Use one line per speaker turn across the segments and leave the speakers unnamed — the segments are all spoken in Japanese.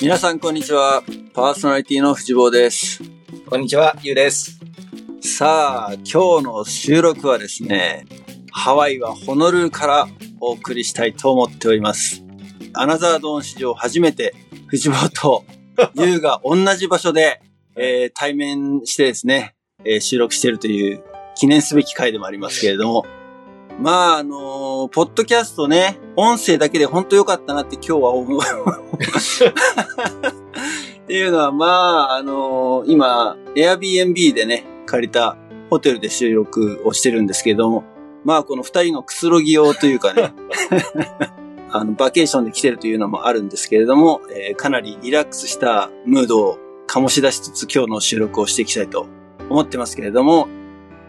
皆さん、こんにちは。パーソナリティの藤坊です。
こんにちは、ゆうです。
さあ、今日の収録はですね、ハワイはホノルルからお送りしたいと思っております。アナザードーン史上初めて、藤坊と優が同じ場所 で、えー対面してですね、えー収録しているという記念すべき回でもありますけれども、まあ、あのーポッドキャストね、音声だけで本当良かったなって今日は思う。っていうのは、まあ、あのー今、Airbnb でね、借りたホテルで収録をしてるんですけれども、まあ、この二人のくつろぎ用というかね、あの、バケーションで来てるというのもあるんですけれども、えーかなりリラックスしたムードを醸し出しつつ今日の収録をしていきたいと思ってますけれども、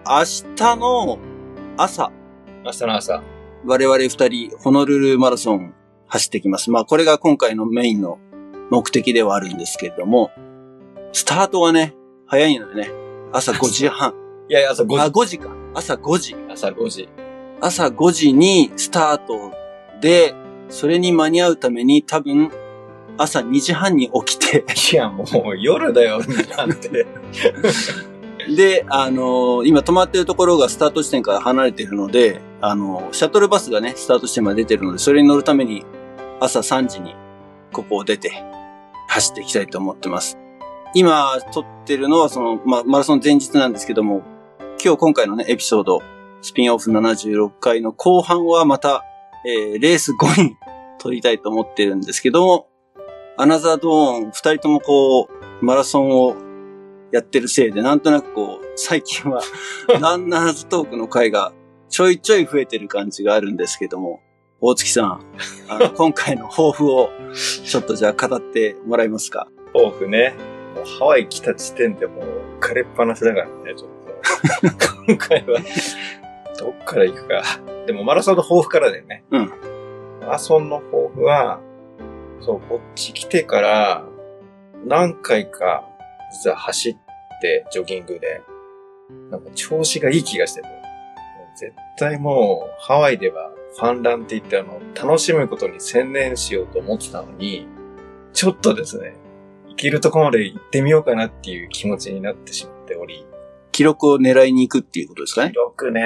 明日の朝、
明日の朝。
我々二人、ホノルルマラソン走ってきます。まあ、これが今回のメインの目的ではあるんですけれども、スタートがね、早いのでね、朝5時半。
いやいや、朝
あ、
5
5時か。朝5時。
時。朝5時。
朝5時にスタートで、それに間に合うために多分、朝2時半に起きて、
いや、もう夜だよ、なんて。
で、あのー今止まってるところがスタート地点から離れてるので、あのーシャトルバスがね、スタート地点まで出てるので、それに乗るために朝3時にここを出て走っていきたいと思ってます。今撮ってるのはその、まあ、マラソン前日なんですけども、今日今回のね、エピソード、スピンオフ76回の後半はまた、えーレース後に撮りたいと思ってるんですけども、アナザードーン、二人ともこう、マラソンをやってるせいで、なんとなくこう、最近 は、ランナーズトークの回がちょいちょい増えてる感じがあるんですけども、大月さ ん、あの今回の抱負を、ちょっとじゃあ語ってもらえますか。
抱負ね。もうハワイ来た時点でもう枯れっぱなしだからね、ちょっ と。今回は、どっから行くか。でもマラソンの抱負からだよね。
うん。
マラソンの抱負は、そう、こっち来てから、何回か、実は走って、ジョギングで、なんか調子がいい気がしてる。もう絶対もう、ハワイでは、ファンランって言ってあの、楽しむことに専念しようと思ってたのに、ちょっとですね、行けるとこまで行ってみようかなっていう気持ちになってしまっており。
記録を狙いに行くっていうことですかね。
よくね。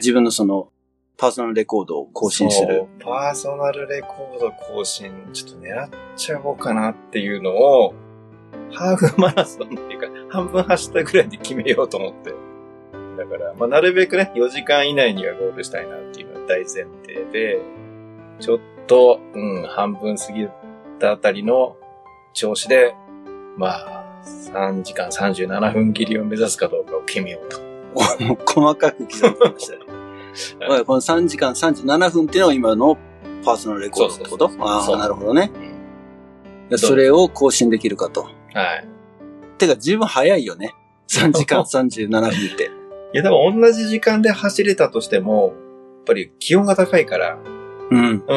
自分のその、パーソナルレコードを更新す
そ
る
う。。パーソナルレコード更新、ちょっと狙っちゃおうかなっていうのを、ハーフマラソンっていうか、半分走ったぐらいで決めようと思って。だから、まあ、なるべくね、4時間以内にはゴールしたいなっていうのは大前提で、ちょっと、うん、半分過ぎたあたりの調子で、まあ、3時間37分切りを目指すかどうかを決めようと。
細かく刻んでま したね。まあこの3時間37分っていうのが今のパーソナルレコードってこと
そうそうそう
あ
そ
あ、
う
なるほどね。
うん
それを更新できるかと。
はい。
てか、十分早いよね。3時間37分 って。
いや、でも同じ時間で走れたとしても、やっぱり気温が高いから、
うん。
うん。だか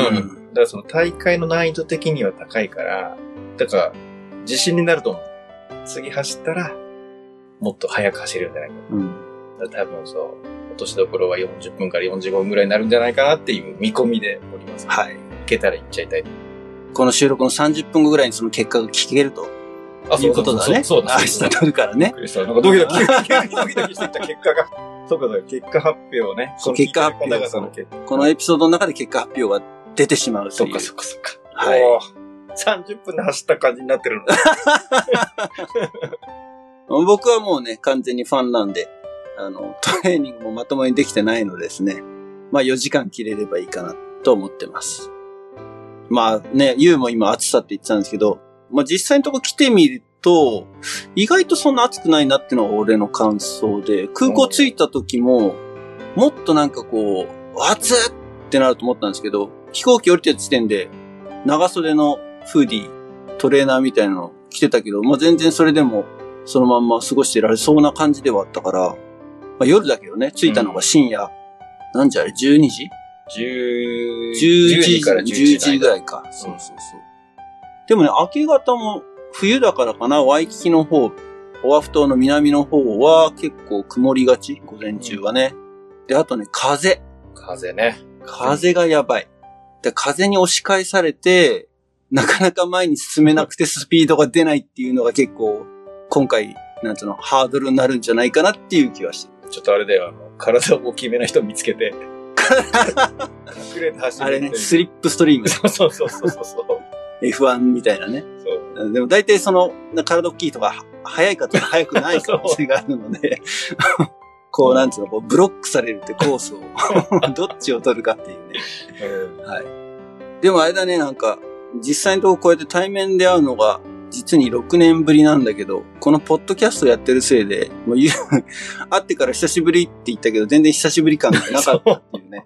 らその大会の難易度的には高いから、だから自信になると思う。次走ったら、もっと速く走れるんじゃないか
うん。
な。だから多分そう、落としどころは40分から45分ぐらいになるんじゃないかなっていう見込みでおります。
はい。
いけたら行っちゃいたい。
この収録の30分後ぐらいにその結果が聞けると
あ
いうことだね。
そうだ、そ
明
うだ
日。撮るからね。
びっくりしたなんかドキドキ、急にドキドキしてきた結果が。そうか、そうか、結果発表をね。
そう結果発表
その聞いてる方々の結果
このエピソードの中で結果発表が出てしまうと
そっ
いう
か。そっかそっか。
はい
おー。30分で走った感じになってる の。
僕はもうね、完全にファンなんで、あの、トレーニングもまともにできてないのでですね。まあ4時間切れればいいかなと思ってます。まあね、ユウも今暑さって言ってたんですけど、まあ実際のとこ来てみると、意外とそんな暑くないなってのが俺の感想で、空港着いた時も、もっとなんかこう、暑っってなると思ったんですけど、飛行機降りてる時点で、長袖のフーディー、トレーナーみたいなの着てたけど、まあ全然それでもそのまんま過ごしてられそうな感じではあったから、まあ、夜だけどね、着いたのが深夜、なんじゃあれ、12時
10
?11 時
時から11時
ぐ
ぐらい。
らいか。そうそうそう。でもね、明け方も冬だからかな、ワイキキの方、オアフ島の南の方は結構曇りがち、午前中はね。で、あとね、風。
風ね。
風がやばい。で風に押し返されて、なかなか前に進めなくてスピードが出ないっていうのが結構、今回、なんつうの、ハードルになるんじゃないかなっていう気はしてる。
ちょっとあれだよ、あの、体大きめな人見つけて。隠れて走
あ
る
れ
っていう
ね、スリップストリー ム。
そうそうそうそうそう。
F1 みたいなね。
そう。
でも大体その、体大きいとか、は速いかとか速くない可能性があるので、 こう、なんつうの、こう、ブロックされるってコースを、 どっちを取るかっていうね。
うん
でもあれだね、なんか、実際のとここうやって対面で会うのが、実に6年ぶりなんだけど、このポッドキャストやってるせいで、もう言 う会ってから久しぶりって言ったけど、全然久しぶり感がなかったっていうね。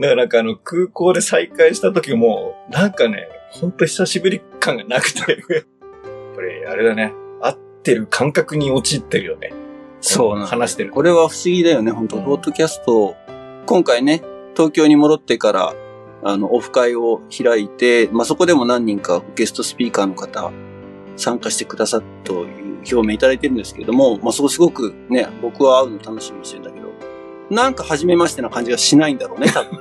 だからなんかあの、空港で再会した時も、なんかね、ほんと久しぶり感がなく て。やっぱり、あれだね。合ってる感覚に陥ってるよね。
そうなんだ
話してる
これは不思議だよね、本当、
うん
ポッドキャスト、今回ね、東京に戻ってから、あの、オフ会を開いて、まあ、そこでも何人かゲストスピーカーの方、参加してくださったという表明いただいてるんですけれども、まあ、そこすごくね、僕は会うの楽しみにしてるんだけど、なんか初めましてな感じがしないんだろうね、 多分。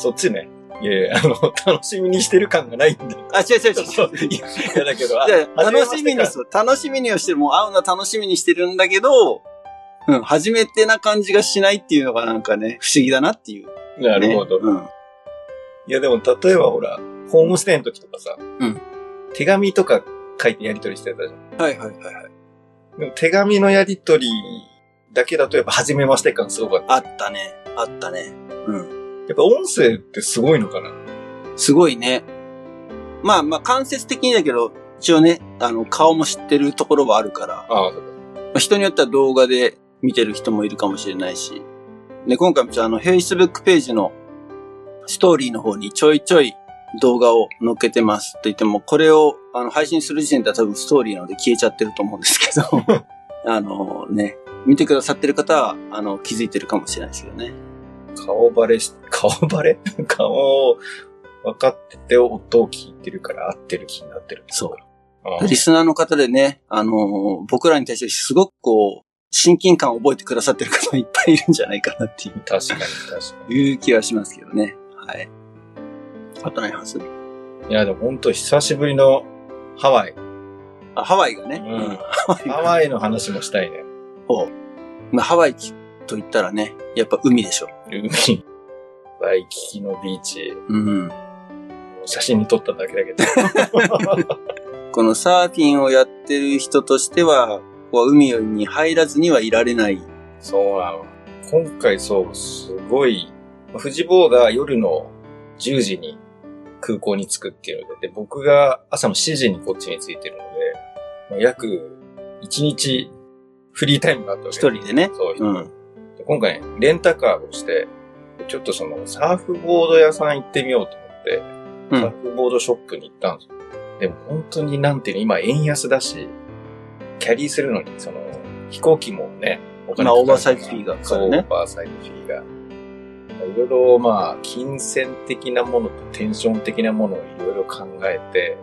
そっちね。いやいや、あの、楽しみにしてる感がないんだ。
あ、違う違う違う。
そういや、だけど、あ
じゃあ
初めま
楽
し
してみに
か
そう、楽しみにはしてる、もう会うのは楽しみにしてるんだけど、うん、初めてな感じがしないっていうのがなんかね、不思議だなっていう、ね。
なるほど。
うん。
いや、でも、例えばほら、ホームステイの時とかさ、
うん
手紙とか書いてやり取りしてたじゃん。
はいはいはいはい。
でも手紙のやり取りだけだと、やっぱ、初めまして感すごかった。
あったね。あったね。うん。
やっぱ、音声ってすごいのかな
すごいね。まあまあ間接的にだけど、一応ね、あの、顔も知ってるところはあるから、ま
ああ、そうか。
あ人によっては動画で見てる人もいるかもしれないし、で、今回もちょっとあの、Facebook ページのストーリーの方にちょいちょい動画を載っけてますと言っても、これをあの配信する時点では多分ストーリーなので消えちゃってると思うんですけど、あのね、見てくださってる方は、あの、気づいてるかもしれないですけどね。
顔バレし、 顔バレ顔を分かってて、音を聞いてるから合ってる気になってる。
そう。
ああ
リスナーの方でね、あのー僕らに対してすごくこう、親近感を覚えてくださってる方もいっぱいいるんじゃないかなってい
確かに、確か
う、いう気はしますけどね。はい。あと何話す
に。いや、でも本当久しぶりのハワイ。
あ、ハワイがね。
うん
ハワイ
ハ
が。
ワイの話もしたいね。
まあ、ハワイと言ったらね、やっぱ海でしょ。
海。ワイキキのビーチ。
うん。
写真に撮っただけだけど。
このサーフィンをやってる人としては、こう海に入らずにはいられない。
そうなの。今回そう、すごい、富士坊が夜の10時に空港に着くっていうので、で僕が朝の7時にこっちに着いてるので、まあ約1日フリータイムがあったわけ
一人でね。
そう、一人
うん。
で今回、レンタカーをして、ちょっとそのサーフボード屋さん行ってみようと思って、
うん
サーフボードショップに行ったんですよ。でも本当になんていうの、今円安だし、キャリーするのに、その、飛行機もね、お
まあ
かかるから
オーバーサイズフィーがかかるね
そうオーバーサイズフィーが。いろいろ、まあ、金銭的なものとテンション的なものをいろいろ考えて、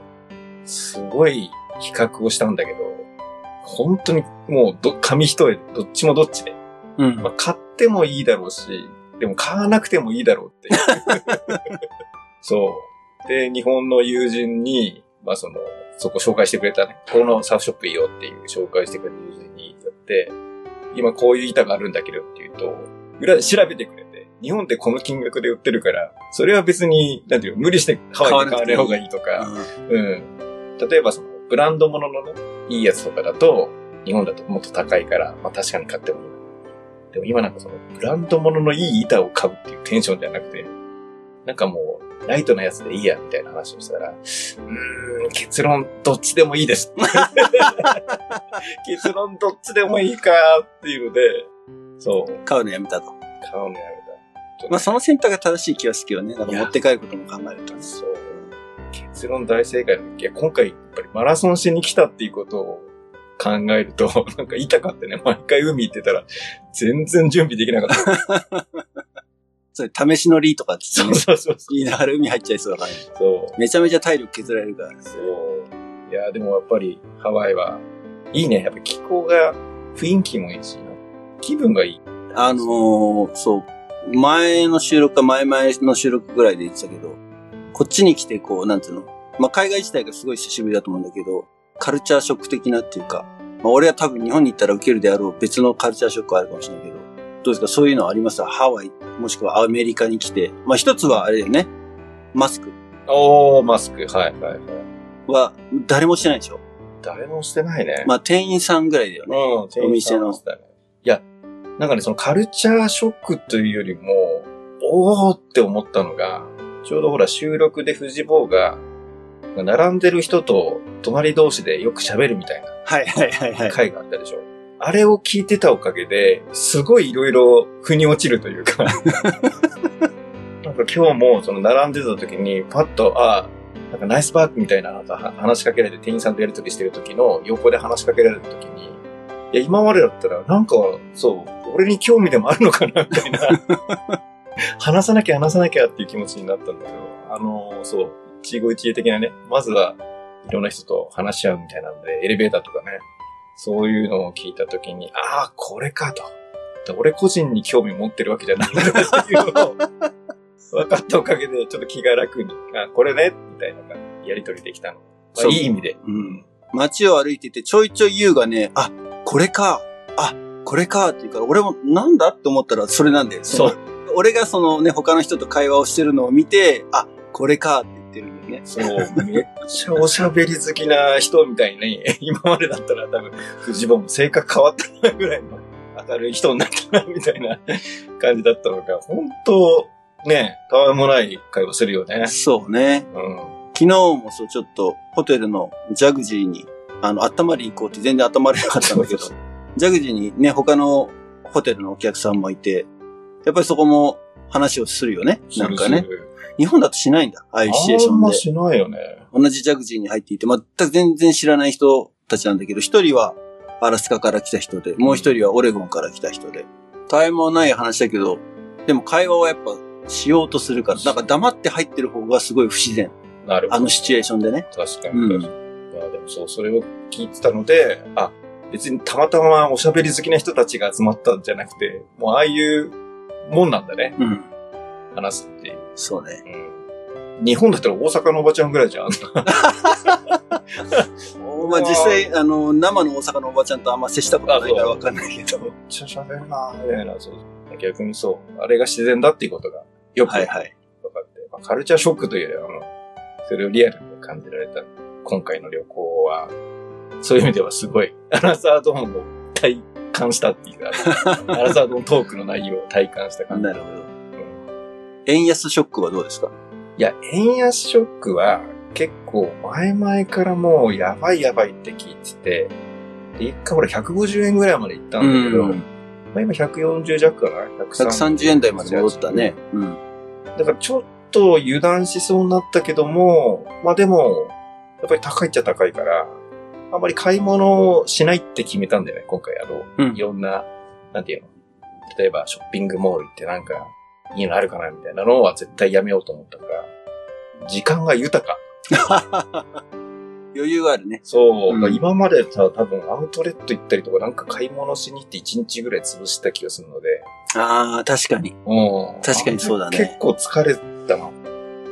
すごい比較をしたんだけど、本当にもうど、紙一重、どっちもどっちで。
うん
まあ、買ってもいいだろうし、でも買わなくてもいいだろうっていう。 そう。で、日本の友人に、まあその、そこ紹介してくれたね、このサーフショップいいよっていう紹介してくれた友人にやって、今こういう板があるんだけどっていうと、裏調べてくれて、日本でこの金額で売ってるから、それは別に、なんていうの、無理してハワイで買わない方がいいとか、うん。例えばその、ブランド物のね、いいやつとかだと、日本だともっと高いから、まあ確かに買ってもいい。でも今なんかその、ブランド物のいい板を買うっていうテンションじゃなくて、なんかもう、ライトなやつでいいや、みたいな話をしたら、うーん、結論どっちでもいいです。結論どっちでもいいかっていうので、そう、
買うのやめたと。
買うのやめた。
まあ、その選択が正しい気はするけどね。なんか持って帰ることも考えると。
そう。結論大正解いや、今回、やっぱりマラソンしに来たっていうことを考えると、 なんか痛かってね、毎回海行ってたら、全然準備できなか った。
それ、試し乗りとかって言っ
そう
てね、
そうそう。
言いながら海入っちゃいそうだからね。
そう。
めちゃめちゃ体力削られるから。
そう。いや、でもやっぱりハワイは、いいね。やっぱ気候が、雰囲気もいいし、気分がいい。
あのーそう。前の収録か前々の収録ぐらいで言ってたけど、こっちに来てこう、なんていうの、まあ、海外自体がすごい久しぶりだと思うんだけど、カルチャーショック的なっていうか、まあ、俺は多分日本に行ったら受けるであろう別のカルチャーショックはあるかもしれないけど、どうですかそういうのはありますハワイ、もしくはアメリカに来て。まあ、一つはあれだよね。マスク
おー、マスク。はい、はい、はい。
は誰もしてないでしょ
誰もしてないね。
まあ、店員さんぐらいだよね。
うん、店員さんはしてたねいや、なんかね、そのカルチャーショックというよりも、おーって思ったのが、ちょうどほら収録で藤坊が、並んでる人と隣同士でよく喋るみたいな
はいはいはいはい。
回があったでしょ。あれを聞いてたおかげで、すごいいろいろ腑に落ちるとい うか。なんか今日もその並んでた時に、パッと、ああ、なんかナイスパークみたいななんか話しかけられて店員さんとやりとりしてる時の横で話しかけられる時に、いや、今までだったら、なんか、そう、俺に興味でもあるのかな、みたいな。 話さなきゃ話さなきゃっていう気持ちになったんだけど、あの、そう、一期一会的なね、まずは、いろんな人と話し合うみたいなので、エレベーターとかね、そういうのを聞いたときに、ああ、これかと。だ俺個人に興味持ってるわけじゃないんだなっていうのを、分かったおかげで、ちょっと気が楽に、あ、これね、みたいな感じやりとりできたの。まあ、
そう
いい意味で。
うん。街を歩いてて、ちょいちょい優がね、あ、これか、あ、これかっていうから、俺もなんだって思ったらそれなんだよ。
そう
の。俺がそのね、他の人と会話をしてるのを見て、あ、これかって言ってるんだよね。
そう、めっちゃおしゃべり好きな人みたいに、 今までだったら多分、藤本も性格変わったなぐらいの明るい人になったな、みたいな感じだったのが、本当ね、たわいもない会話するよね。
そうね。
うん。
昨日もそう、ちょっと、ホテルのジャグジーに、あの、温まり行こうって全然温まれなかったんだけど
そうそ、
ジャグジーにね、他のホテルのお客さんもいて、やっぱりそこも話をするよね。なんかね
す。る
日本だとしないんだ。ああいうシチュエーシ
する。あ
ョ
ん
ン
ま
で。
しないよね。
同じジャグジーに入っていて、全く全然知らない人たちなんだけど、一人はアラスカから来た人で、もう一人はオレゴンから来た人で、絶え間ない話だけど、でも会話はやっぱしようとするから、なんか黙って入ってる方がすごい不自然。
なるほど。
あのシチュエーションでね。
確か
う
に
ん
確かに。いや、でもそう、それを聞いてたので、あ、別にたまたまおしゃべり好きな人たちが集まったんじゃなくて、もうああいうもんなんだね、
うん。
話すっていう。
そうね。
うん日本だったら大阪のおばちゃんぐらいじゃん。
まあ実際、あの、生の大阪のおばちゃんとあんま接したことないからわかんないけど。
めっちゃ喋るなぁ、みたいな。そう逆にそう。あれが自然だっていうことがよく
は
分
い
かって、
はい。
まあカルチャーショックというよりは、もうそれをリアルに感じられた今回の旅行は、そういう意味ではすごい、 アラサードーンを体感したっ ていうか、アラサードーントークの内容を体感した感じ。
なるほど。円安ショックはどうですか
いや、円安ショックは結構前々からもうやばいやばいって聞いてて、で、一回ほら150円ぐらいまで行ったんだけど、
うん
まあ今140弱かな ?130
130円台まで戻ったね。うん。
だからちょっと油断しそうになったけども、まあでも、やっぱり高いっちゃ高いから、あんまり買い物をしないって決めたんだよね、今回。あの、
うん
いろんな、なんていうの例えばショッピングモール行ってなんか、いいのあるかなみたいなのは絶対やめようと思ったから、時間が豊か。
余裕があるね。
そう。
うん
今までさ、多分アウトレット行ったりとか、なんか買い物しに行って1日ぐらい潰した気がするので。
ああ、確かに。
うん。
確かにそうだね
結構疲れたな。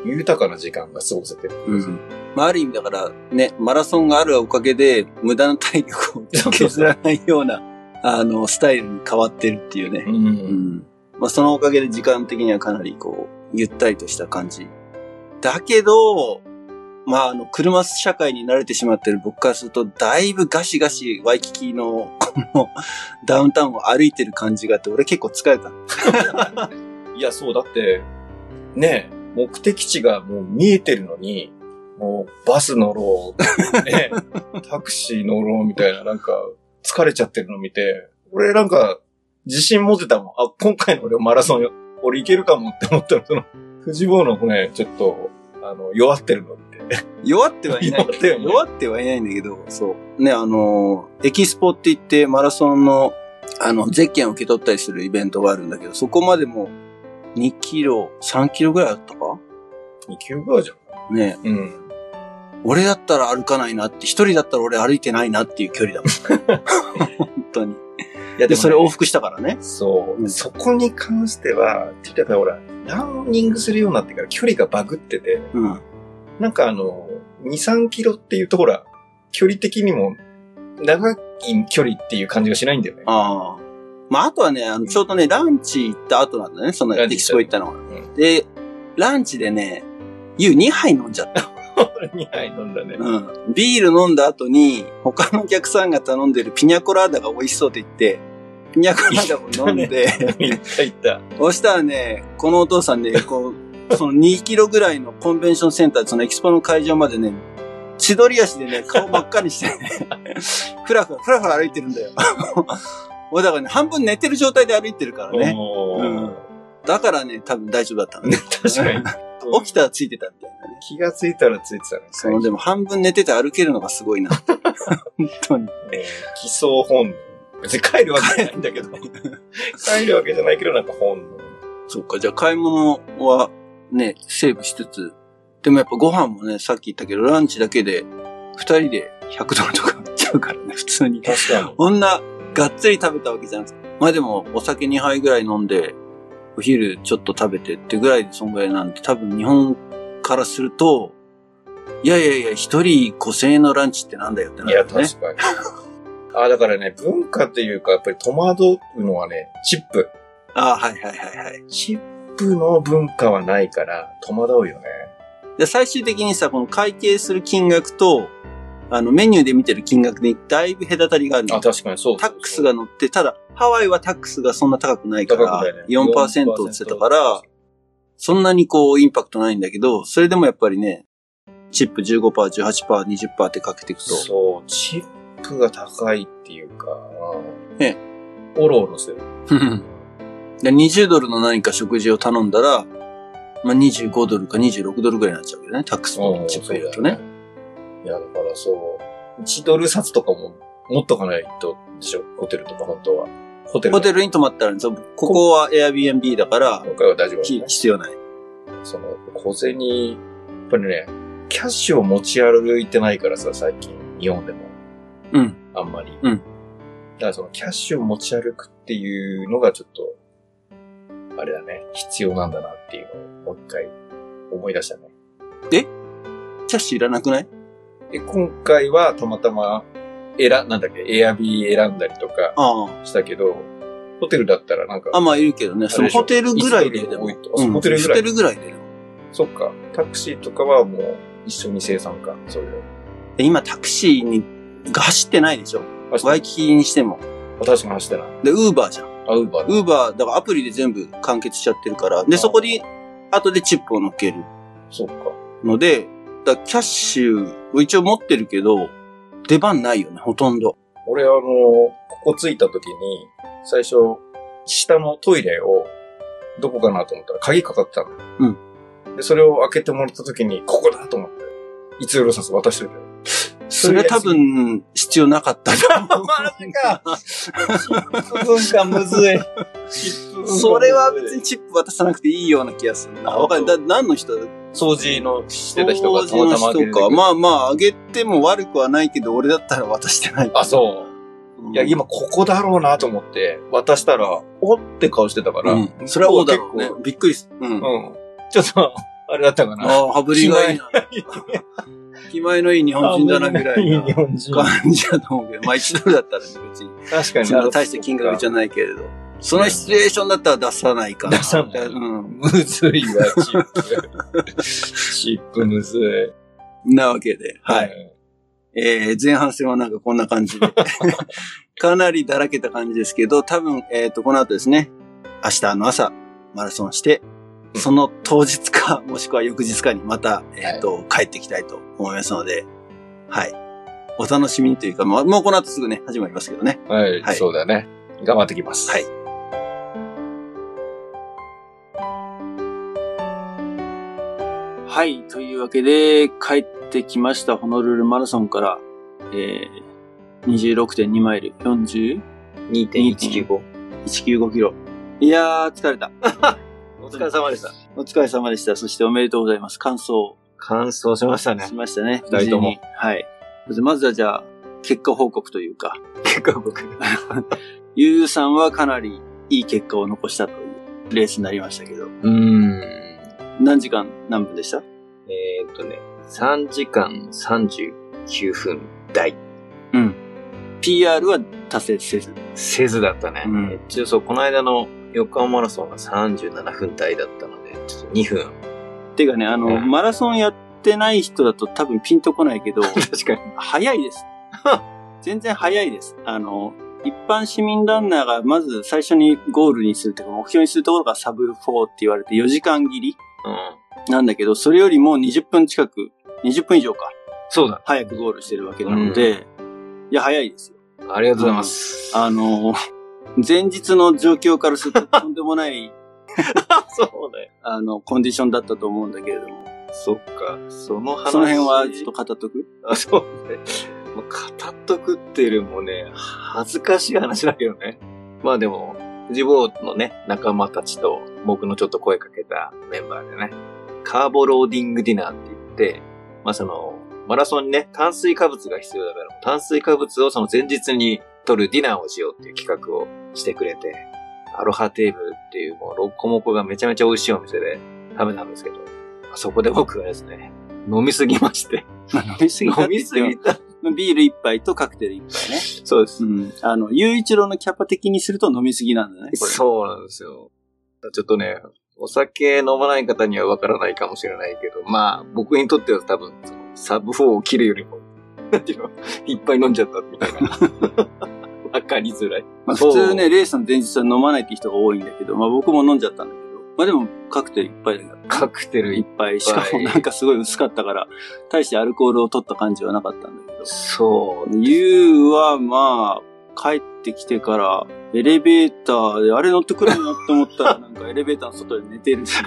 豊かな時間が過ごせてる。
うん。まあ、ある意味だから、ね、マラソンがあるおかげで、無駄な体力を削らないような、あの、スタイルに変わってるっていうね。
ん。
うん。まあ、そのおかげで時間的にはかなりこう、ゆったりとした感じ。だけど、まあ、あの、車社会に慣れてしまってる僕からすると、だいぶガシガシワイキキの、この、ダウンタウンを歩いてる感じがあって、俺結構疲れた。
いや、そう、だって、ねえ、目的地がもう見えてるのに、もうバス乗ろう、 ねえ、タクシー乗ろうみたいな、なんか、疲れちゃってるの見て、俺なんか、自信持てたもん。あ、今回の俺マラソンよ、俺いけるかもって思ったの、その、藤坊のね、ちょっと、あの、弱ってるのって。
弱ってはいない。
弱ってはいない
弱ってはいないんだけど、そう。ね、あの、エキスポって言って、マラソンの、あの、ゼッケンを受け取ったりするイベントがあるんだけど、そこまでも、2キロ、3キロぐらいあったか
2級バージョン
ね
うん。
俺だった ら歩かないなって、一人だったら俺歩いてないなっていう距離だもん。本当に。
いや
で、それ往
を
復したからね。
そう、
うん
そこに関しては、ちょっとやっぱりほら、ランニングするようになってから距離がバグってて、
うん。
なんかあの、2、3キロっていうとほら、距離的にも、長い距離っていう感じがしないんだよね。
ああ。まあ、あとはね、あの、ちょうどね、ランチ行った後なんだね、その、
ラ
エ
ンチ
キスポ行ったのは。
ん
で、ランチでね、湯2杯飲んじゃった。
2杯飲んだね。
うん。ビール飲んだ後に、他のお客さんが頼んでるピニャコラーダが美味しそうって言って、ピニャコラーダを飲んで、
いったいった。
そしたらね、このお父さんね、こう、その2キロぐらいのコンベンションセンター、そのエキスポの会場までね、千鳥足でね、顔真っ赤にしてね、 ふらふら、ふらふら歩いてるんだよ。 俺だからね、半分寝てる状態で歩いてるからね。
おー
うんだからね、多分大丈夫だったのね。
確かに。
起きたらついてたみたいなね。
気がついたらついてたね。
その、でも半分寝てて歩けるのがすごいな。本当に。
ね偽装本能。別に帰るわけじゃないんだけど。帰るわけじゃないけど、なんか本能。
そっか、じゃあ買い物はね、セーブしつつ、でもやっぱご飯もね、さっき言ったけど、ランチだけで、二人で100ドルとか買っちゃうからね、普通に。
確かに。
こんな、がっつり食べたわけじゃなくて。まあでも、お酒2杯ぐらい飲んで、お昼ちょっと食べてってぐらいで、そんぐらいなんて、多分日本からすると、いやいやいや、一人5000円のランチってなんだよってないる
や、
んだね。
確かに。あ、だからね、文化というか、やっぱり戸惑うのはね、チップ。
ああ、はいはいはいはい。
チップの文化はないから、戸惑うよね。
で、最終的にさ、この会計する金額と、あの、メニューで見てる金額にだいぶ隔たりがあるの
あ、確かにそうそうそう
タックスが乗って、ただ、ハワイはタックスがそんな高くないか
高く
ら
ないね、
4%って言ってたから、そんなにこう、インパクトないんだけど、それでもやっぱりね、チップ15%、18%、20%ってかけていくと、
そう、チップが高いっていうか、
ね
おろおろする。
で20ドルの何か食事を頼んだら、まあ、25ドルか26ドルぐらいになっちゃうけどね、タックスとチップ入れるとね。
いや、だからそう、1ドル札とかも持っとかないと、でしょホテルとか本当は。ホテル。
ホテルに泊まったらね、そうここは Airbnb だから、
今回は大丈夫だ
ひ
ね。
必要ない。
その、小銭、やっぱりね、キャッシュを持ち歩いてないからさ、最近、日本でも。
うん。
あんまり。
うん
だからその、キャッシュを持ち歩くっていうのがちょっと、あれだね、必要なんだなっていうのを、もう一回、思い出したね。
キャッシュいらなくない
で、今回はたまたま、選、なんだっけ、エアビー選んだりとか
ああ。
したけど、ホテルだったらなんか、
あ、まあいるけどね、そのホテルぐらいででも。
一ドル多いとホテルぐらい
ホテルぐらいででも。
そっか、タクシーとかはもう一緒に生産か、そういう
で今タクシーに、が走ってないでしょ
の。
ワイキキにしても。
私も走ってない。
で、ウーバーじゃん。
あ、ウーバー
ウーバー、だからアプリで全部完結しちゃってるから。
あ
で、
ー
そこに、後でチップを乗っける
そっか。
ので、だからキャッシュを一応持ってるけど、出番ないよね、ほとんど。
俺あの、ここ着いた時に、最初、下のトイレを、どこかなと思ったら鍵かかってたの。うん。で、それを開けてもらった時に、ここだと思って、いつよりさ渡しと いたよ。
それは多分、必要なかったと思う
1分間む ずい。そ
それは別にチップ渡さなくていいような気がするな。
あ
わかる。だ何の人だ
掃除のしてた人がた
掃除の
またま開けて
人
くれ
か。
て
まあまあ、あげても悪くはないけど、俺だったら渡してない。
あ、そう。いや、今ここだろうなと思って、渡したら、おって顔してたから、
うん、それは王だろうね
結。
びっくりす。うん。あ
構。うん。ちょっと、あれだったかな。
あ、羽振りがいいな。気前のいい日本人だなぐらい
いい
な
日本人。
感じだと思うけど、まあ1ドルだったらね、別に。
確かに。
そんな大して金額じ
ゃ
ゃないけれど。そのシチュエーションだったら出さないかな。
出さない
うん。
むずいわ、チップ。チップむずい。
なわけで、はい。
い。
えー、前半戦はなんかこんな感 じで。かなりだらけた感じですけど、多分、えっ、と、この後ですね、明日の朝、マラソンして、その当日か、 もしくは翌日かにまた、えっ、と、帰ってきたいと思いますので、はい。お楽しみにというか、まあ、もうこの後すぐね、始まりますけどね。
はい、
はい
そうだね。頑張ってきます。
はいはい。というわけで、帰ってきました、ホノルルマラソンから、えー、26.2マイル、40?
2.195。
195キロ。いやー、疲れた。
お疲れ様でした。
お疲れ様でした。そしておめでとうございます。感想
完走しました
し。ましたね。
二人とも
無事に。はい。まずはじゃあ、結果報告というか、
結果僕。
ゆうゆうさんはかなりいい結果を残したというレースになりましたけど、
うーん。
何時間何分でした
えーっとね、3時間39分台。
?PR は達成せず。
せずだったね。
うん
一応そう、この間の横浜マラソンが37分台だったので、ちょっと2分。
ていうかね、あの、
うん
マラソンやってない人だと多分ピンとこないけど、
確かに。
早いです。 全然早いです。あの、一般市民ランナーがまず最初にゴールにするというか目標にするところがサブ4って言われて4時間切り
うん。
なんだけど、それよりも20分近く、20分以上か、
そうだ。
早くゴールしてるわけなので、いや、早いですよ。
ありがとうございます。
あの、前日の状況から するととんでもない、
そうだよ。
あの、コンディションだったと思うんだけれども、
そっか。その話。
その辺はちょっと語っと く
あ、 そうね。もう語っとくっていうよりもね、恥ずかしい話だけどね。まあでも、ジボーのね、仲間たちと、僕のちょっと声かけたメンバーでね、カーボローディングディナーって言って、まあその、マラソンにね、炭水化物が必要だから、炭水化物をその前日に取るディナーをしようっていう企画をしてくれて、アロハテーブルっていうもうロッコモコがめちゃめちゃ美味しいお店で食べたんですけど、そこで僕がですね、飲みすぎまして、
飲みすぎた
飲
って
み
言っ
す
ても
ぎた。
ビール一杯とカクテル一杯ね。
そうです
う。ん。あの、雄一郎のキャパ的にすると飲みすぎなんだね、これ。
そうなんですよ。ちょっとね、お酒飲まない方にはわからないかもしれないけど、まあ、僕にとっては多分、そのサブ4を切るよりも、なんていうの、いっぱい飲んじゃったみたいな。 わかりづらい。
まあ、
そ
普
う
通ね、レースの前日は飲まないって人が多いんだけど、まあ僕も飲んじゃったんだけど、まあでもカクテル一杯だけど、
カクテル
一
い
杯、しかもなんかすごい薄かったから、大してアルコールを取った感じはなかったんだけど。
そう。
ゆうはまあ、帰ってきてから、エレベーターで、あれ乗ってくるなって思った ら、なんかエレベーターの外で寝てるし、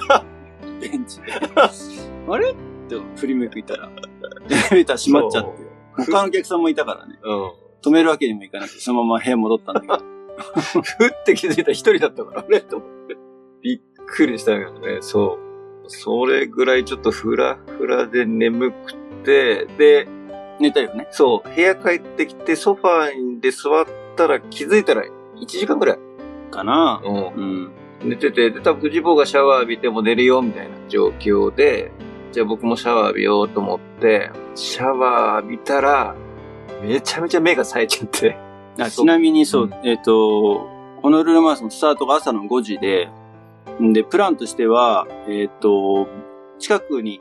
ベンチで。あれって振り向いたら、エレベーター閉まっちゃって。他のお客さんもいたからね。
うん。
止めるわけにもいかなくて、そのまま部屋戻ったんだけ ど。
ふって気づいたら一人だったから、あれと思って。びっくりしたけどね、そう。それぐらいちょっとフラフラで眠くて、で、
寝たよね。
そう、部屋帰ってきてソファーで座ったら気づいたら1時間ぐらい。
かな
う
うん。
ん。寝てて、で、多分藤坊がシャワー浴びても寝るよみたいな状況で、じゃあ僕もシャワー浴びようと思って、シャワー浴びたら、めちゃめちゃ目が冴えちゃって。
あ
そ
ちなみにそう、
うん
えっ、と、ホノルルマラソンスタートが朝の5時で、んで、プランとしては、えっ、と、近くに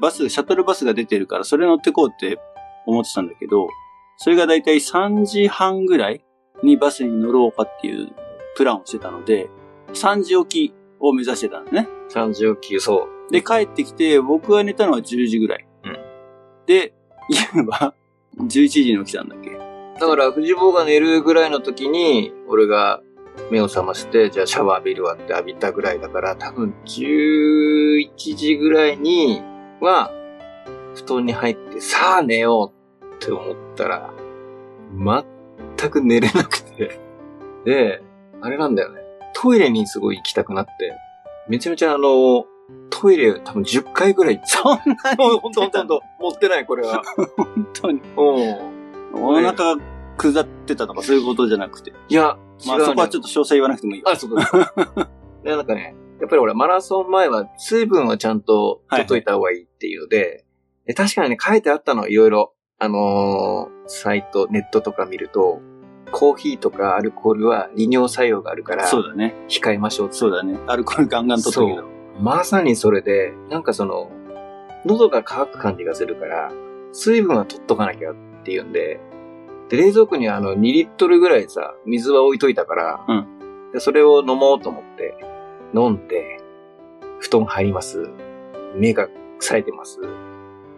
バス、シャトルバスが出てるから、それ乗ってこうって思ってたんだけど、それがだいたい3時半ぐらいにバスに乗ろうかっていうプランをしてたので、3時起きを目指してたんですね。
3時起き、そ
で、帰ってきて、僕が寝たのは10時ぐらい。
うん
で、ゆうは11時に起きたんだっけ
う。だから藤坊が寝るぐらいの時に、俺が目を覚まして、じゃあシャワー浴びるわって浴びたぐらいだから、多分11時ぐらいには、布団に入って、さあ寝ようって思ったら、全く寝れなくて。で、あれなんだよね。トイレにすごい行きたくなって、めちゃめちゃあの、トイレ多分10回ぐらい 行っ
そんな
た。
に
ほんとほんとほんと。持ってない、これは。
本当に。
うん。
お腹が下ってたとかそういうことじゃなくて。
いや、
まあ
違うの
そこはちょっと詳細言わなくてもいいよ。
あ、そうか。 で、なんかね、やっぱり俺マラソン前は水分はちゃんと取っといた方がいいっていうので、で確かにね、書いてあったの、いろいろ。あのーサイト、ネットとか見ると、コーヒーとかアルコールは利尿作用があるから、
そうだね。
控えましょうって
そうだね。アルコールガンガン取ったけ
そ
ど。
まさにそれで、なんかその、喉が渇く感じがするから、水分は取っとかなきゃっていうんで、で、冷蔵庫にあの2リットルぐらいさ、水は置いといたから、
う
でそれを飲もうと思って、飲んで、布団入ります。目が冴えてます。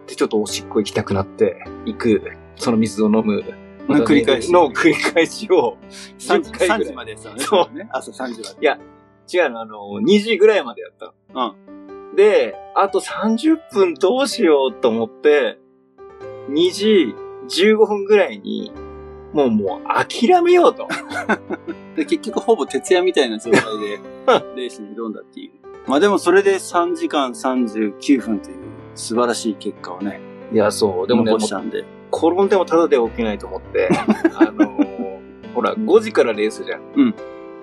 で、ちょっとおしっこ行きたくなって、行く。その水を飲む。
の繰り返し。
の繰り返しを、
3時
10回ぐらい
,3 時までやってたのね。
そう
ね。朝3時まで。
違うの、あの、2時ぐらいまでやったの。うん。で、あと30分どうしようと思って、2時15分ぐらいに、もうもう諦めよう と。
で、結局ほぼ徹夜みたいな状態 でレースに挑んだっていう。まあでもそれで3時間39分という素晴らしい結果をね、
いや、そう。でもね、
残したんで。
転んでもただで起きないと思って、あのーほら、5時からレースじゃん。
うん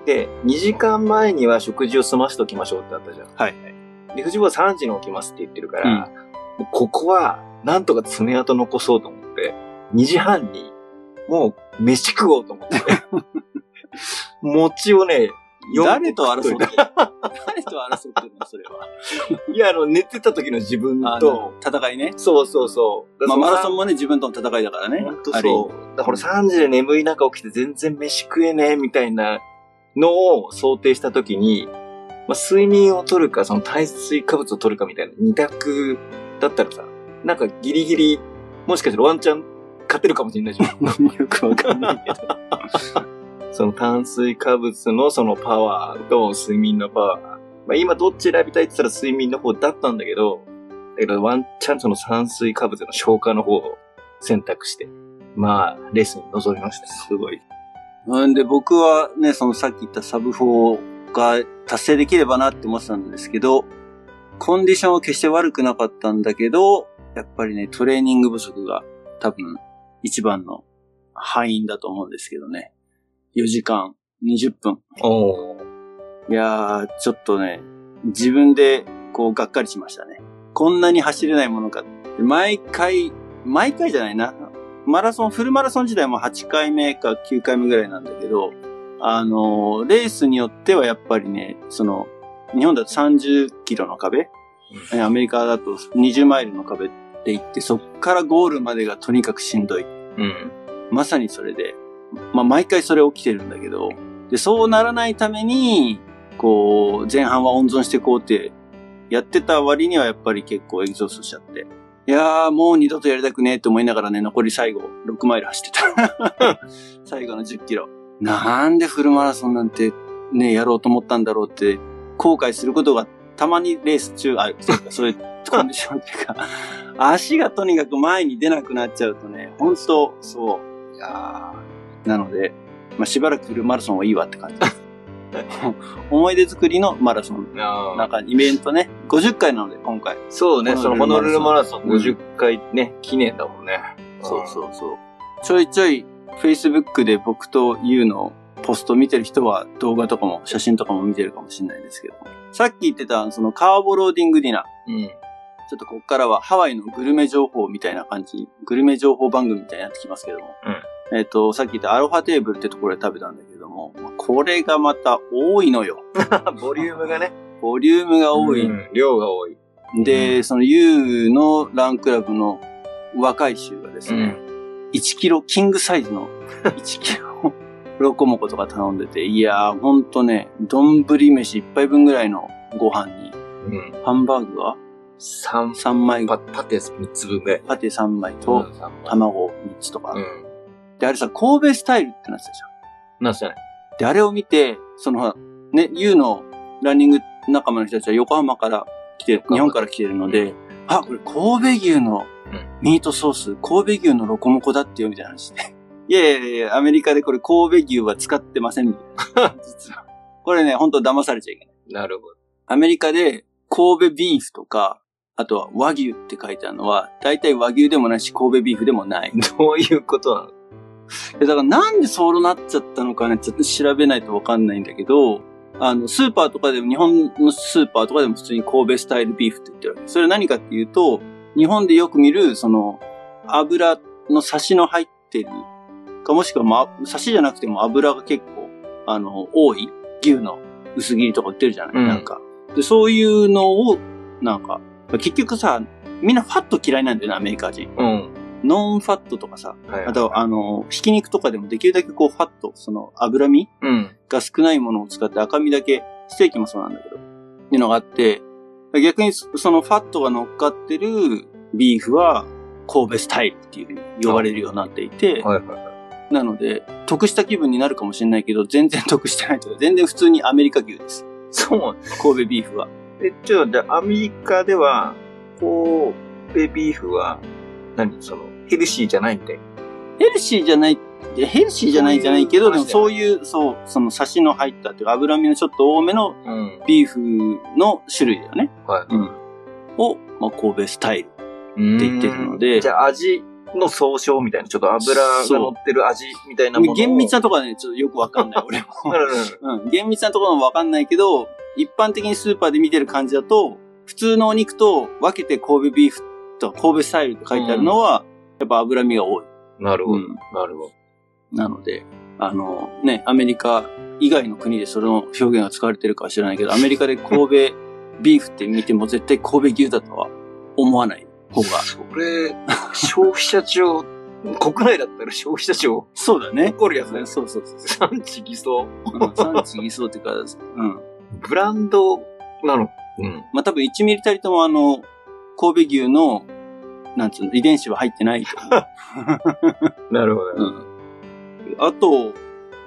で、2時間前には食事を済ましておきましょうってあったじゃん。
はい
で、藤本は3時に起きますって言ってるから、もうここは、なんとか爪痕残そうと思って、2時半に、もう、飯食おうと思 って。餅をね、四個
誰と 争
食
っ
ってと
る誰と争ってるのそれは。
いや、あの、寝てた時の自分
あ
と
の、、戦いね。
そうそうそう。
まあ、マラソン
も
もね、自分との戦いだからね。
本当
ある意味
そう。だから3時で眠い中起きて全然飯食えねえみたいなのを想定した時に、まあ、睡眠を取るか、その炭水化物を取るかみたいな二択だったらさ、なんかギリギリ、もしかしたらワンチャン勝てるかもしれないじゃん。
よくわかんないけど。
その炭水化物のそのパワーと睡眠のパワー。まあ今どっち選びたいって言ったら睡眠の方だったんだけど、だけどワンチャンその炭水化物の消化の方を選択して、まあレースに臨みました。すごい。
うんで、僕はね、そのさっき言ったサブ4が達成できればなって 思ってたんですけど、コンディションは決して悪くなかったんだけど、やっぱりね、トレーニング不足が多分一番の敗因だと思うんですけどね。4時間20分。
お
いやー、ちょっとね、自分でこうがっかりしましたね。こんなに走れないものか。毎回、毎回じゃないな。マラソン、フルマラソン時代も8回目か9回目ぐらいなんだけど、あのーレースによってはやっぱりね、その、日本だと30キロの壁、えアメリカだと20マイルの壁って言って、そっからゴールまでがとにかくしんどい。
うん。
まさにそれで、まあ、毎回それ起きてるんだけど、で、そうならないために、こう、前半は温存していこうって、やってた割にはやっぱり結構エキゾーストしちゃって。いやー、もう二度とやりたくねえって思いながらね、残り最後、6マイル走ってた。 最後の10キロ。なんでフルマラソンなんて、ね、やろうと思ったんだろうって、後悔することがたまにレース中、あ、そうか、そういうコンディションっていうか、 足がとにかく前に出なくなっちゃうとね、本当そう、いやーなので、まあ、しばらくフルマラソンはいいわって感じ です。思い出作りのマラソン。なんかイベントね、50回なので今回。
そうね、そのホノルルマラソン
ホノルル
50回ね、記念だもんね。
そうそうそう。ちょいちょい Facebook で僕と YOU のポスト見てる人は動画とかも写真とかも見てるかもしれないですけど。さっき言ってたそのカーボローディングディナー。
うん。
ちょっとここからはハワイのグルメ情報みたいな感じ、グルメ情報番組みたいになってきますけども。えっ、と、さっき言ったアロハテーブルってところで食べたんだけども、まあこれがまた多いのよ。
ボリュームがね、
ボリュームが多い。
うん量が多い。
で、その U のランクラブの若い衆がですね、1キロ、キングサイズの1キロ、ロコモコとか頼んでて、いやーほんとね、丼飯一杯分ぐらいのご飯に、
うん。
ハンバーグは
3、
3枚、
パパテ3つ分ぐらい。
パテ3枚
う
と
ん、三枚
卵3つとか。
うん。
で、あれさ、神戸スタイルってなってたじゃん。
なんすかね。
で、あれを見て、そのほら、ね、ユのランニング仲間の人たちは横浜から来てる、
浜
日本から来てるので、あ、これ神戸牛の
うん
ミートソース、神戸牛のロコモコだってよ、みたいな話で。 いやいやいや、アメリカでこれ神戸牛は使ってません、みたいな。 実は。これね、本当騙されちゃいけない。
なるほど。
アメリカで神戸ビーフとか、あとは和牛って書いてあるのは、大体和牛でもないし、神戸ビーフでもない。
どういうことなの
でだからなんでそうなっちゃったのかね、ちょっと調べないとわかんないんだけど、あの、スーパーとかでも、日本のスーパーとかでも普通に神戸スタイルビーフって言ってるわけ。それは何かっていうと、日本でよく見る、その、油の差しの入ってる、かもしくは、まあ、差しじゃなくても油が結構、あの、多い牛の薄切りとか売ってるじゃない、
うん
なんか。で、そういうのを、なんか、結局さ、みんなファット嫌いなんだよね、アメリカ人。
うん。
ノンファットとかさ、
はい
あと、あの、ひき肉とかでもできるだけこう、ファット、その、脂身
うん。
が少ないものを使って赤身だけ、ステーキもそうなんだけど、っていうのがあって、逆にそそのファットが乗っかってるビーフは、神戸スタイルっていうふうに呼ばれるようになっていて、
はいはい。
なので、得した気分になるかもしれないけど、全然得してないというか、全然普通にアメリカ牛です。
そう。
神戸ビーフは。
え、ちょっと待って、アメリカでは、こう、ベビーフは、何その、ヘルシーじゃないみたいな。
ヘルシーじゃない、いやヘルシーじゃないじゃないけど、でもそういう、そう、そのサシの入ったっていうか、脂身のちょっと多めの
うん。
ビーフの種類だよね。
はい
うん。を、まあ、神戸スタイル。
って
言ってるので
じゃあ味の総称みたいな、ちょっと油が乗ってる味みたいなものを。
厳密
な。
なとこはね、ちょっとよくわかん ない、俺も。
う
うん、厳密なところはわかんないけど、一般的にスーパーで見てる感じだと、普通のお肉と分けて神戸ビーフと神戸スタイルって書いてあるのは、やっぱ脂身が多い。
んなるほ
う
ど。
ん
なるほど。
なので、あのね、アメリカ以外の国でその表現が使われてるかは知らないけど、アメリカで神戸ビーフって見ても絶対神戸牛だとは思わない方が。
それ、消費者庁、国内だったら消費者庁
そうだね。
怒るやつだよね。
そうそうそうそ
産地偽装。
う。うん産地偽装っていうか、うん。
ブランドなの。うん。
まあ、多分1ミリたりともあの、神戸牛の、なんつうの、遺伝子は入ってないと 思
なるほど。
う。うん。あと、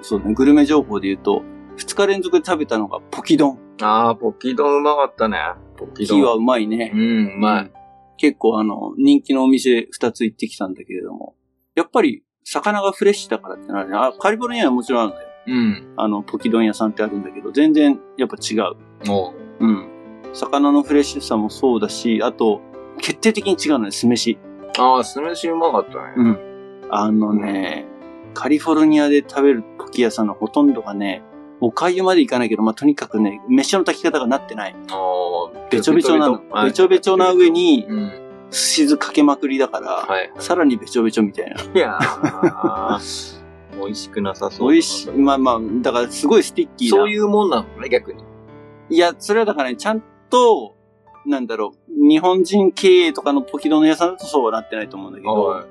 そうね、グルメ情報で言うと、2日連続で食べたのがポキ丼。
ああ、ポキ丼うまかったね。ポキ
キ
丼。
はうまいね。
うん、うまい。
結構あの、人気のお店2つ行ってきたんだけれども、やっぱり魚がフレッシュだからってなるね。あ、カリフォルニアにはもちろんあるんだよ。
うん。
あの、ポキ丼屋さんってあるんだけど、全然やっぱ違う。
おう
うん。魚のフレッシュさもそうだし、あと、決定的に違うのは酢飯。
ああ、酢飯うまかったね。
うん。あのね、カリフォルニアで食べるポキ屋さんのほとんどがね、おかゆまでいかないけど、まあ、とにかくね、飯の炊き方がなってない。
ああ、
べちょべちょなの。べちょべちょな上。に、
うん。
すし酢かけまくりだから、
はい。
さらにべちょべちょみたいな。
いやー美味しくなさそう。
美味しい。まあまあ、だからすごいスティッキーな。
そういうもんなのね、逆に。
いや、それはだからね、ちゃんと、なんだろう、日本人経営とかのポキ丼の屋さんだとそうはなってないと思うんだけど、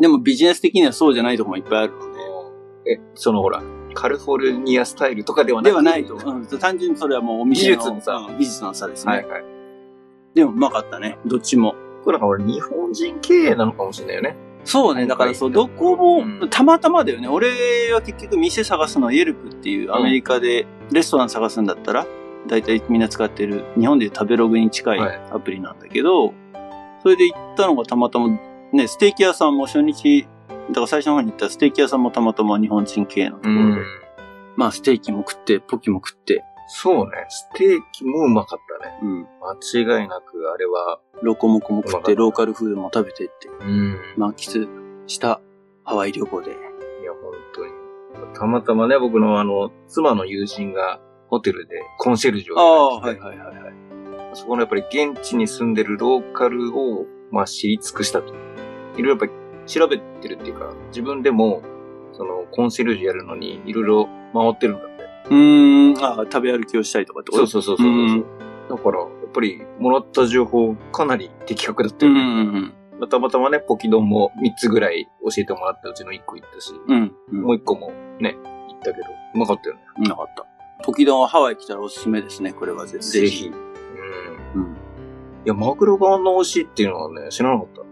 でもビジネス的にはそうじゃないとこもいっぱいあるので、
い。え、そのほら、カリフォルニアスタイルとかではな
で
い。
はないと。うん、単純にそれはもうお店の
技術の差
うん技術の差ですね。
はいはい。
でもうまかったね。どっちも。
これなんか俺、日本人経営なのかもしれないよね。
そうね。だからそう、どこも、
うん
たまたまだよね。俺は結局店探すのはイェルプっていうアメリカでレストラン探すんだったら、だいたいみんな使ってる、日本でいう食べログに近い
はい
アプリなんだけど、それで行ったのがたまたま、ね、ステーキ屋さんも初日、だから最初の方に行ったステーキ屋さんもたまたま日本人系のところで、。まあステーキも食って、ポキも食って、
そうね。ステーキもうまかったね。
うん、
間違いなく、あれは。
ロコモコも食っ、
うまかってた
ローカルフードも食べてって、
うん。
満喫したハワイ旅行で。
いや、本当に。たまたまね、僕のあの、妻の友人がホテルでコンシェルジュをやってて
はいはいはい。
そこのやっぱり現地に住んでるローカルを、まあ知り尽くしたと。いろいろやっぱり調べてるっていうか、自分でも、その、コンシェルジュやるのに、いろいろ回ってるんだって。
うーん、あ食べ歩きをしたりとかってこ
そ
と
うそうそうそうそう。
うん
だから、やっぱり、もらった情報、かなり的確だった
う
よ
んう
ね。
ん
まあたまたまね、ポキ丼も3つぐらい教えてもらったうちの1個行ったし、
うん。うん。
もう1個もね、行ったけど、うまかったよね。
なかった。ポキ丼はハワイ来たらおすすめですね、これはぜ
ぜ
ひ
ひ。。うん。
うん。
いや、マグロがあんな美味しいっていうのはね、知らなかった。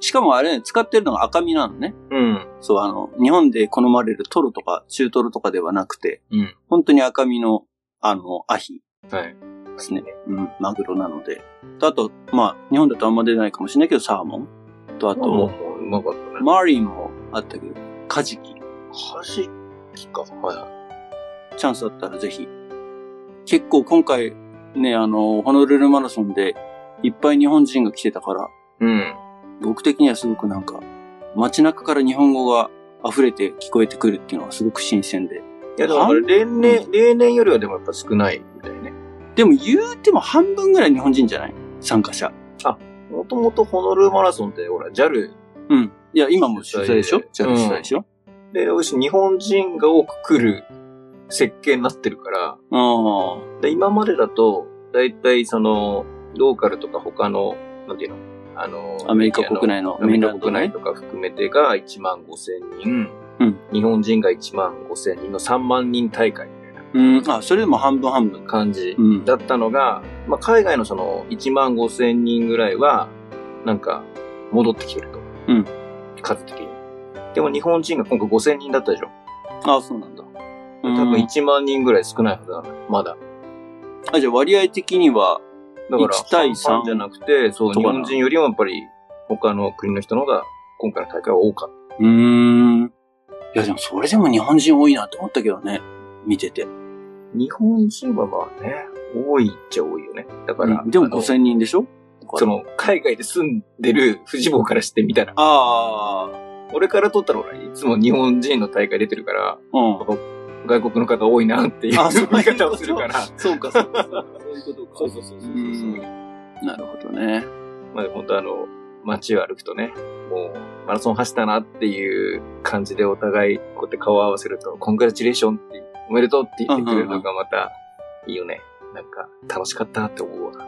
しかもあれね、使ってるのが赤身なのね。
うん。
そう、あの、日本で好まれるトロとか中トロとかではなくて、
うん。
本当に赤身の、あの、アヒ
はい。
ですね。うん、マグロなので。とあと、まあ、日本だとあんま出ないかもしれないけど、サーモン。とあ
あと、もう
と、
うまかったね。
マリンもあったけど、カジキ。
はじきか。はいは
チャンスあったらぜひ。結構今回ね、あの、ホノルルマラソンでいっぱい日本人が来てたから、
い。うん。
僕的にはすごくなんか、街中から日本語が溢れて聞こえてくるっていうのはすごく新鮮で。
いや、でもあれ、例年、例年よりはでもやっぱ少ないみたいね。
でも言うても半分ぐらい日本人じゃない参加者。
もともとホノルルマラソンって、ほら、JAL
うん。いや、今も取材でしょ
取
じゃ
材
あ
で
取材でしょ、
で、おいしい日本人が多く来る設計になってるから、
あ
で今までだと、だいたいその、ローカルとか他の、なんていうのあの、
あ。アメリカ国
内
内の
アメ
メイン
リ
ラ
カ
ンド
国内とか含めてが1万5千人、
うん
日本人が1万5千人の3万人大会みたいな
うん。あ、それでも半分半分。
感じ
うん。
だったのが、まあ、海外のその1万5千人ぐらいは、なんか戻ってきてると。
うん
数的に。でも日本人が今回5千人だったでしょ。
あ、そうなんだ。
多分
うん
1万人ぐらい少ないはずなのよ、まだ。
あ、じゃあ割合的には、
だから、
1対3
半々じゃなくて、そう、
と
日
かな
本人よりもやっぱり他の国の人の方が今回の大会は多かっ
うーん。いや、でもそれでも日本人多いなって思ったけどね。見てて。
た。日本人はまあね、多いっちゃ多いよね。だから、
でも
あの
5000人でしょこ
そ
れ。
の、海外で住んでる藤坊からしてみたら、
ああ、
俺から撮ったら俺、いつも日本人の大会出てるから、
うん。
外国の方多いなっていう
あそういうこと
見方をするから、
そうか、そうか。
そういうことか。そうそうそうそうう。
ん。なるほどね。
まあ、本当あの、街を歩くとね、もう、マラソン走ったなっていう感じでお互い、こうやって顔を合わせると、コングラチュレーションって、おめでとうって言ってくれるのがまた、いいよね。なんか、楽しかったって思うわ。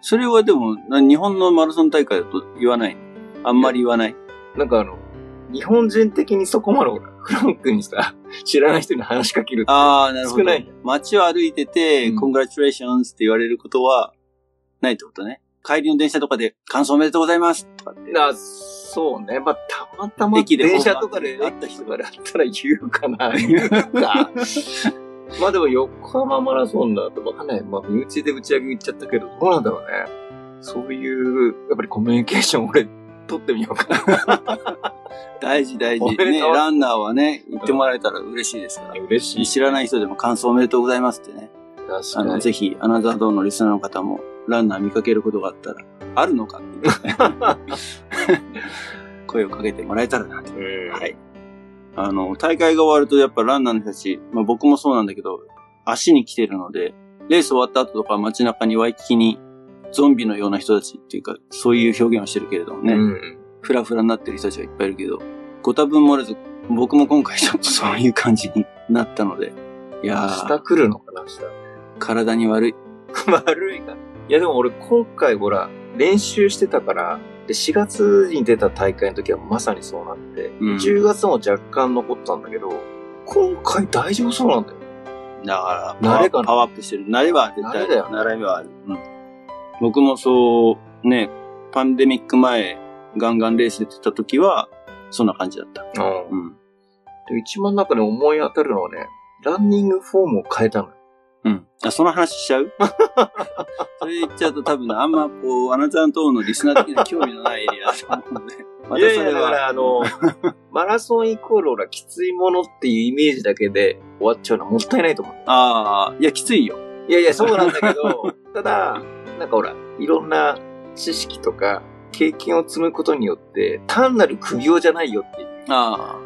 それはでも、な日本のマラソン大会だと言わない。あんまり言わない。
なんかあの、日本人的にそこまでほら、フランクにさ、知らない人に話しかけるって
ああ、なるほど。
少ない
街を歩いてて、
うん
コングラチュレーションズって言われることは、ないってことね。帰りの電車とかで、感想おめでとうございますとかって。
な、そうね。まあ、たまたま
駅で
電車とかで
会った人
がだったら言うかな。言うか。 まあでも横浜マラソンだとわかんない。まあ身内で打ち上げ行っちゃったけど、どうなんだろうね。そういう、やっぱりコミュニケーション俺取ってみようかな。
大事大
お
事。
めでとう
ね、ランナーはね、言ってもらえたら嬉しいですから。
嬉しい。
知らない人でも感想おめでとうございますってね。
確
あ
か
の、
に。
ぜひ、アナザードーンのリスナーの方も、ランナー見かけることがあったら、 あるのかっていうね 声をかけてもらえたらなと。
うん
はい。あの、大会が終わると、やっぱランナーの人たち、まあ僕もそうなんだけど、足に来てるので、レース終わった後とか街中にワイキキに、ゾンビのような人たちっていうか、そういう表現をしてるけれどもね、
うん
フラフラになってる人たちがいっぱいいるけど、ご多分漏れず、僕も今回ちょっとそういう感じになったので、いや
下
ー、
来るのかな、下。
体に悪い。
悪いな。いやでも俺今回ほら、練習してたから、で、4月に出た大会の時はまさにそうなって、
うん
10月も若干残ったんだけど、今回大丈夫そうなんだよ。
だから、
慣れかな
パワーアップしてる。慣れは絶
慣
対、
れだよ
慣れはある。うん。僕もそう、ね、パンデミック前、ガンガンレース出てた時は、そんな感じだった。
う
うん。
ん。で、一番中で思い当たるのはね、ランニングフォームを変えたのよ。
うん。あ、その話しちゃう それ言っちゃうと多分、あんま、こう、アナザー等のリスナー的な興味のないエリアだと思うので。またそ
いやいや、
れ
だか
は、
らあの、 マラソンイコールほら、きついものっていうイメージだけで終わっちゃうのはもったいないと思う。
ああ、いや、きついよ。
いやいや、そうなんだ けど、ただ、なんかほら、いろんな知識とか経験を積むことによって、単なる苦行じゃないよっていう。
ああ。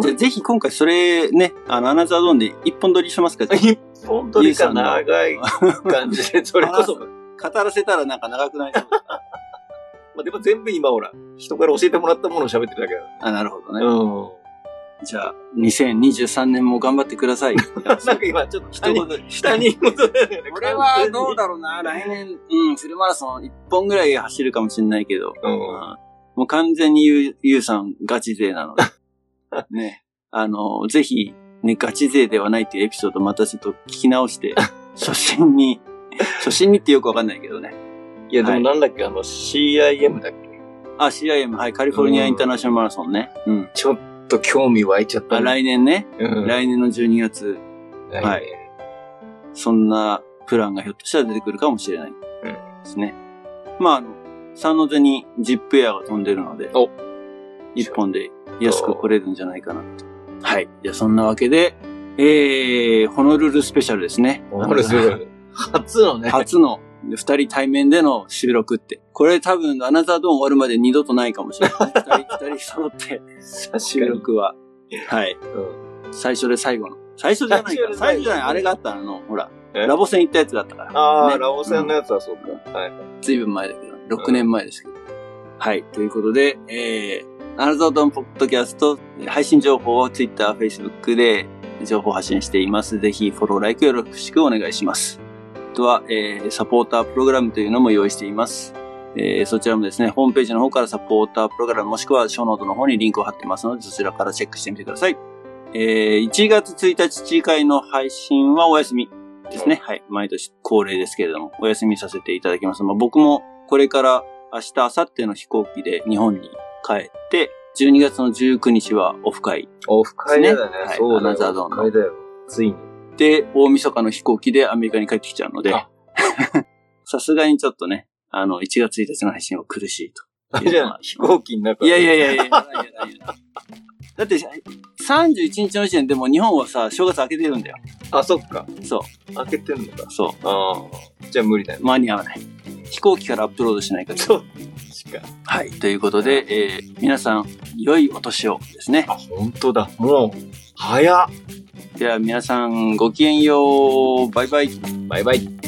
じゃあ、ぜひ今回それね、あの、アナザードーンで一本撮りし ますかじゃあ
一本取りか長い感じで、それこそ。ま
語らせたらなんか長くなりそうだ。
あでも全部今ほら、人から教えてもらったものを喋ってるだけだか
あ、なるほどね
ら。。うん。
じゃあ、2023年も頑張ってくだ さい。
なんか今ちょっと
一
下に、
言、
下に戻るよね。
これはどう
だ
だろうな。来年、うん、フルマラソン1本ぐらい走るかもしれないけど、
う。
うんもう完全にゆう、ゆうさんガチ勢な ので。ね。あの、ぜひ、ね、ガチ勢ではないっていうエピソードまたちょっと聞き直 して、初心に、初心にってよくわかんないけどね。
いや、でもなんだっけ、あの、CIM だっけ
あ、CIM、はい、カリフォルニアインターナショナルマラソンね。うん。
ちょっと興味湧いちゃった
あ、
ね。
来年ね。
うん
来年の12月、
来
はい
年
そんなプランがひょっとしたら出てくるかもしれない。ですね。まあ、あの、サンノゼにジップエアが飛んでるので
お、
一本で安く来れるんじゃないかなと。はい。じゃあそんなわけで、えー、ホノルルスペシャルですね。
これすごい。初のね。
初の二人対面での収録って。これ多分、アナザードーン終わるまで二度とないかもしれない。二人、二人揃って収録は。はい。最初で最後の。最初じゃないから。最
最
初
初
じ
じ
ゃ
ゃ
な。
ないい
あれがあったの、ほら。
え
ラボ戦行ったやつだったから。
ああ、
ね
ラオ戦のやつはそうか。はい。
ずいぶん前だけど、6年前ですけど。はい。ということで、えー、アナザードンポッドキャスト、配信情報を Twitter、Facebook で情報発信しています。ぜひフォロー、ライクよろしくお願いします。あとは、えー、サポータープログラムというのも用意しています。えー、そちらもですね、ホームページの方からサポータープログラムもしくはショーノートの方にリンクを貼ってますので、そちらからチェックしてみてください。えー、1月1日次回の配信はお休み。ですね。はい。毎年恒例ですけれども、お休みさせていただきます。まあ、僕もこれから明日、明後日の飛行機で日本に帰って、12月の19日はオフ会。
オフ会だよ
ですねは
ね。
い
そうだ
アナザー
よ。
ドー
オ
ンの
フ会だよ。ついに。
で、大晦日の飛行機でアメリカに帰ってきちゃうので
あ、
さすがにちょっとね、あの、1月1日の配信は苦しいという
じ
の
ゃ
は。
あ、飛行機の中
いやいや
や。
いやいや、いやいやいやだって、31日の時点でもう日本はさ、正月明けてるんだよ。
あ、そっか。
そう、
開けてんのか。
そ
ああ。じゃあ無理だよ
う。。間に合わない。飛行機からアップロードしないか
そう。しか。
はい。ということで、えー皆さん、良いお年をですね。
あ、本当だ。もう、早っ。
では皆さん、ごきげんよう。バイバイ。
バイバイ。